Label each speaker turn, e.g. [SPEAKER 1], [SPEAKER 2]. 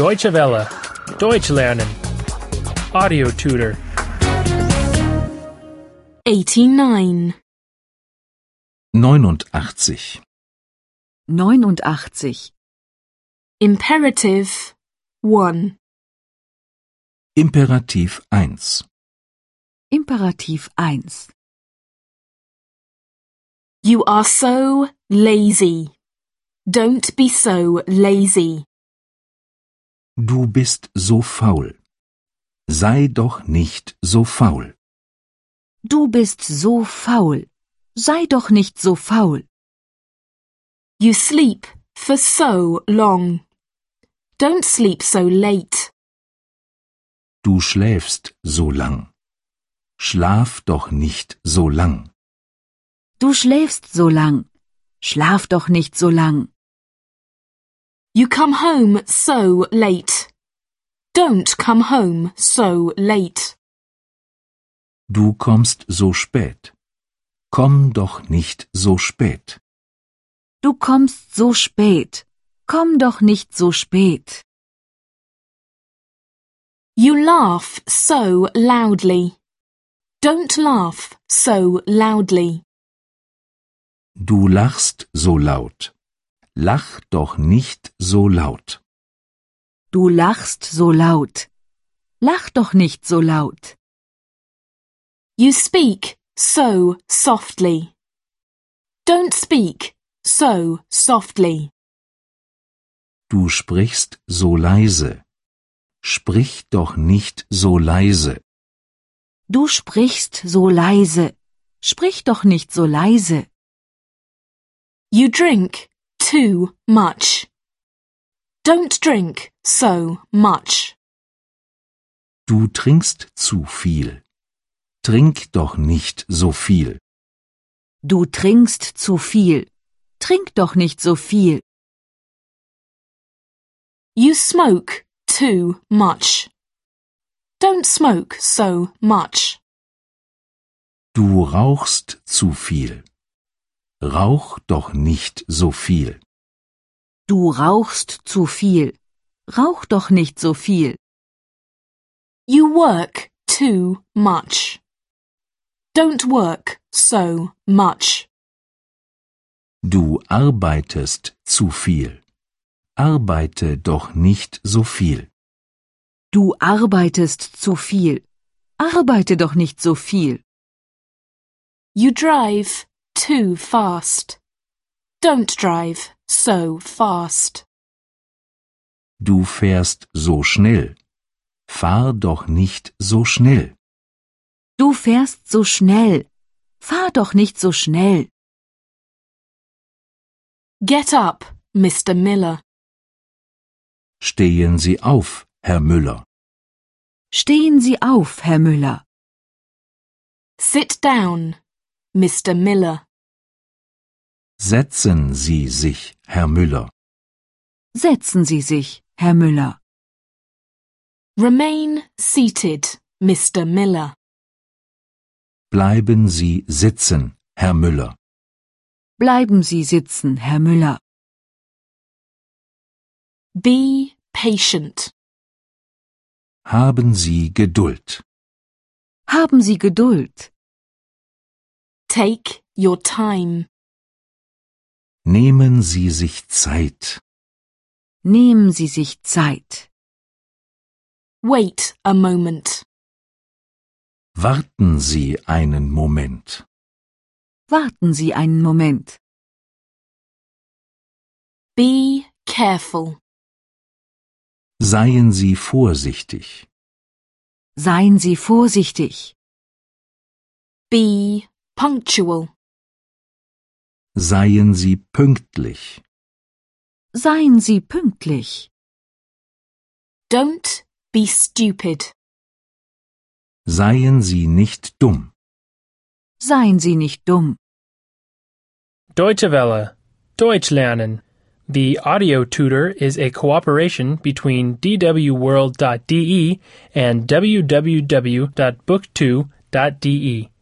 [SPEAKER 1] Deutsche Welle. Deutsch lernen. Audio tutor.
[SPEAKER 2] 89.
[SPEAKER 3] 89.
[SPEAKER 4] 89.
[SPEAKER 2] Imperative 1.
[SPEAKER 3] Imperativ 1.
[SPEAKER 4] Imperativ 1.
[SPEAKER 2] You are so lazy. Don't be so lazy.
[SPEAKER 3] Du bist so faul. Sei doch nicht so faul.
[SPEAKER 4] Du bist so faul. Sei doch nicht so faul.
[SPEAKER 2] You sleep for so long. Don't sleep so late.
[SPEAKER 3] Du schläfst so lang. Schlaf doch nicht so lang.
[SPEAKER 4] Du schläfst so lang. Schlaf doch nicht so lang.
[SPEAKER 2] You come home so late. Don't come home so late.
[SPEAKER 3] Du kommst so spät. Komm doch nicht so spät.
[SPEAKER 4] Du kommst so spät. Komm doch nicht so spät.
[SPEAKER 2] You laugh so loudly. Don't laugh so loudly.
[SPEAKER 3] Du lachst so laut. Lach doch nicht so laut.
[SPEAKER 4] Du lachst so laut. Lach doch nicht so laut.
[SPEAKER 2] You speak so softly. Don't speak so softly.
[SPEAKER 3] Du sprichst so leise. Sprich doch nicht so leise.
[SPEAKER 4] Du sprichst so leise. Sprich doch nicht so leise.
[SPEAKER 2] You drink too much. Don't drink so much.
[SPEAKER 3] Du trinkst zu viel. Trink doch nicht so viel.
[SPEAKER 4] Du trinkst zu viel. Trink doch nicht so viel.
[SPEAKER 2] You smoke too much. Don't smoke so much.
[SPEAKER 3] Du rauchst zu viel. Rauch doch nicht so viel.
[SPEAKER 4] Du rauchst zu viel. Rauch doch nicht so viel.
[SPEAKER 2] You work too much. Don't work so much.
[SPEAKER 3] Du arbeitest zu viel. Arbeite doch nicht so viel.
[SPEAKER 4] Du arbeitest zu viel. Arbeite doch nicht so viel.
[SPEAKER 2] You drive too fast. Don't drive so fast.
[SPEAKER 3] Du fährst so schnell. Fahr doch nicht so schnell.
[SPEAKER 4] Du fährst so schnell. Fahr doch nicht so schnell.
[SPEAKER 2] Get up, Mr. Miller.
[SPEAKER 3] Stehen Sie auf, Herr Müller.
[SPEAKER 4] Stehen Sie auf, Herr Müller.
[SPEAKER 2] Sit down, Mr. Miller.
[SPEAKER 3] Setzen Sie sich, Herr Müller.
[SPEAKER 4] Setzen Sie sich, Herr Müller.
[SPEAKER 2] Remain seated, Mr. Miller.
[SPEAKER 3] Bleiben Sie sitzen, Herr Müller.
[SPEAKER 4] Bleiben Sie sitzen, Herr Müller.
[SPEAKER 2] Be patient.
[SPEAKER 3] Haben Sie Geduld.
[SPEAKER 4] Haben Sie Geduld.
[SPEAKER 2] Take your time.
[SPEAKER 3] Nehmen Sie sich Zeit.
[SPEAKER 4] Nehmen Sie sich Zeit.
[SPEAKER 2] Wait a moment.
[SPEAKER 3] Warten Sie einen Moment.
[SPEAKER 4] Warten Sie einen Moment.
[SPEAKER 2] Be careful.
[SPEAKER 3] Seien Sie vorsichtig.
[SPEAKER 4] Seien Sie vorsichtig.
[SPEAKER 2] Be punctual.
[SPEAKER 3] Seien Sie pünktlich.
[SPEAKER 4] Seien Sie pünktlich.
[SPEAKER 2] Don't be stupid.
[SPEAKER 3] Seien Sie nicht dumm.
[SPEAKER 4] Seien Sie nicht dumm.
[SPEAKER 1] Deutsche Welle. Deutsch lernen. The audio tutor is a cooperation between E dwworld.de and www.book2.de.